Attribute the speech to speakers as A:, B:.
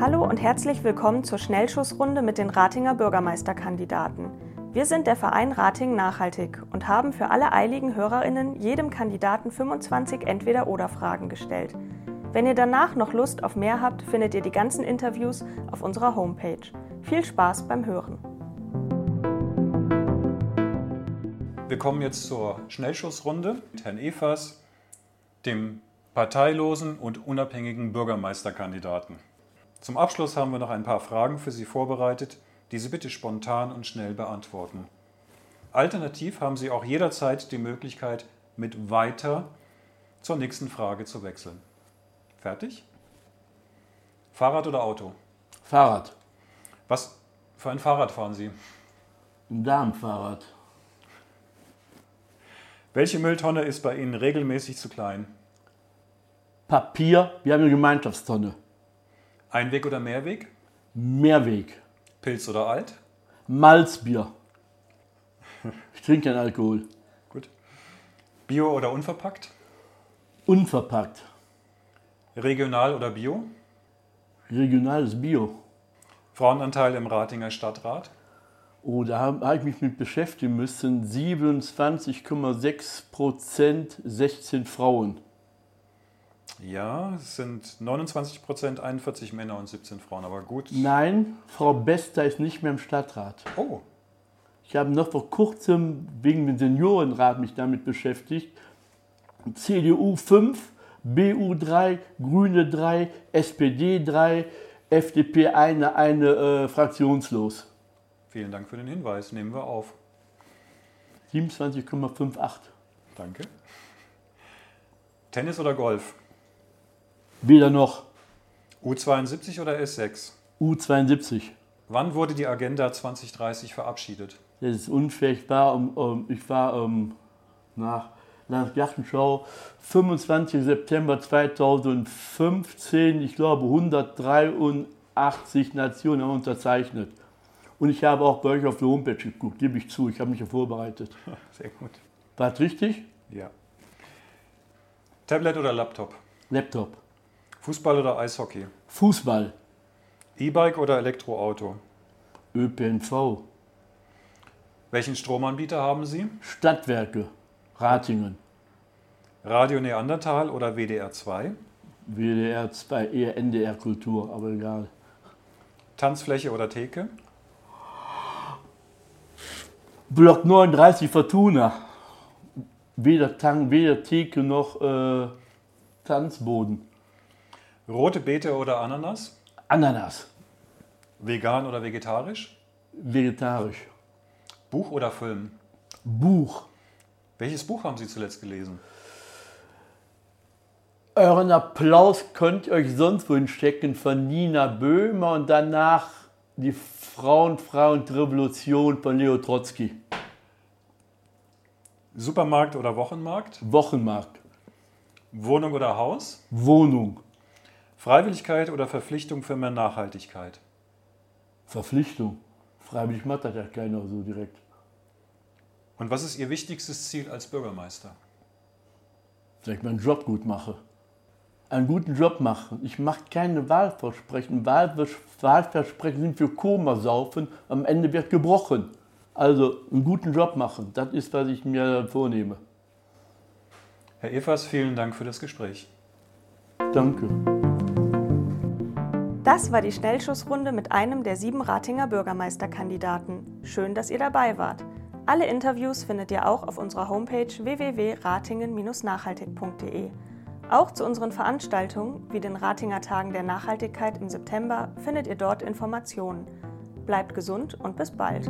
A: Hallo und herzlich willkommen zur Schnellschussrunde mit den Ratinger Bürgermeisterkandidaten. Wir sind der Verein Rating Nachhaltig und haben für alle eiligen Hörerinnen jedem Kandidaten 25 Entweder-oder-Fragen gestellt. Wenn ihr danach noch Lust auf mehr habt, findet ihr die ganzen Interviews auf unserer Homepage. Viel Spaß beim Hören.
B: Wir kommen jetzt zur Schnellschussrunde mit Herrn Evers, dem parteilosen und unabhängigen Bürgermeisterkandidaten. Zum Abschluss haben wir noch ein paar Fragen für Sie vorbereitet, die Sie bitte spontan und schnell beantworten. Alternativ haben Sie auch jederzeit die Möglichkeit, mit weiter zur nächsten Frage zu wechseln. Fertig? Fahrrad oder Auto?
C: Fahrrad.
B: Was für ein Fahrrad fahren Sie?
C: Ein Damenfahrrad.
B: Welche Mülltonne ist bei Ihnen regelmäßig zu klein?
C: Papier. Wir haben eine Gemeinschaftstonne.
B: Einweg oder Mehrweg?
C: Mehrweg.
B: Pilz oder alt?
C: Malzbier. Ich trinke keinen Alkohol.
B: Gut. Bio oder unverpackt?
C: Unverpackt.
B: Regional oder bio?
C: Regionales Bio.
B: Frauenanteil im Ratinger Stadtrat?
C: Oh, da habe hab ich mich mit beschäftigen müssen. 27,6 Prozent 16 Frauen.
B: Ja, es sind 29 Prozent, 41 Männer und 17 Frauen, aber gut.
C: Nein, Frau Bester ist nicht mehr im Stadtrat.
B: Oh,
C: Ich habe noch vor kurzem wegen dem Seniorenrat mich damit beschäftigt. CDU 5, BU 3, Grüne 3, SPD 3, FDP eine, eine äh, fraktionslos.
B: vielen Dank für den Hinweis. Nehmen wir auf.
C: 27,58.
B: Danke. Tennis oder Golf?
C: Weder noch
B: U72 oder S6?
C: U72.
B: Wann wurde die Agenda 2030 verabschiedet?
C: Das ist unfair. Ich war, um, um, ich war um, nach Landesgartenschau 25. September 2015, ich glaube 183 Nationen haben unterzeichnet. Und ich habe auch bei euch auf die Homepage geguckt, gebe ich zu, ich habe mich ja vorbereitet.
B: Sehr gut.
C: War das richtig?
B: Ja. Tablet oder Laptop?
C: Laptop.
B: Fußball oder Eishockey?
C: Fußball.
B: E-Bike oder Elektroauto?
C: ÖPNV.
B: Welchen Stromanbieter haben Sie?
C: Stadtwerke. Ratingen.
B: Radio Neandertal oder WDR 2?
C: WDR 2, eher NDR Kultur, aber egal.
B: Tanzfläche oder Theke?
C: Block 39 Fortuna. Weder Tang, weder Theke noch äh, Tanzboden.
B: Rote Beete oder Ananas?
C: Ananas.
B: Vegan oder vegetarisch?
C: Vegetarisch.
B: Buch oder Film?
C: Buch.
B: Welches Buch haben Sie zuletzt gelesen?
C: Euren Applaus könnt ihr euch sonst wohin stecken von Nina Böhmer und danach die Frauen, Frauen und Revolution von Leo Trotzki.
B: Supermarkt oder Wochenmarkt?
C: Wochenmarkt.
B: Wohnung oder Haus?
C: Wohnung.
B: Freiwilligkeit oder Verpflichtung für mehr Nachhaltigkeit?
C: Verpflichtung. Freiwillig macht das ja keiner so direkt.
B: Und was ist Ihr wichtigstes Ziel als Bürgermeister?
C: dass ich meinen Job gut mache. Einen guten Job machen. Ich mache keine Wahlversprechen. Wahlvers- Wahlversprechen sind für Komasaufen. Am Ende wird gebrochen. Also einen guten Job machen. Das ist, was ich mir vornehme.
B: Herr Evers, vielen Dank für das Gespräch.
C: Danke.
A: Das war die Schnellschussrunde mit einem der sieben Ratinger Bürgermeisterkandidaten. Schön, dass ihr dabei wart. Alle Interviews findet ihr auch auf unserer Homepage www.ratingen-nachhaltig.de. Auch zu unseren Veranstaltungen, wie den Ratinger Tagen der Nachhaltigkeit im September, findet ihr dort Informationen. Bleibt gesund und bis bald.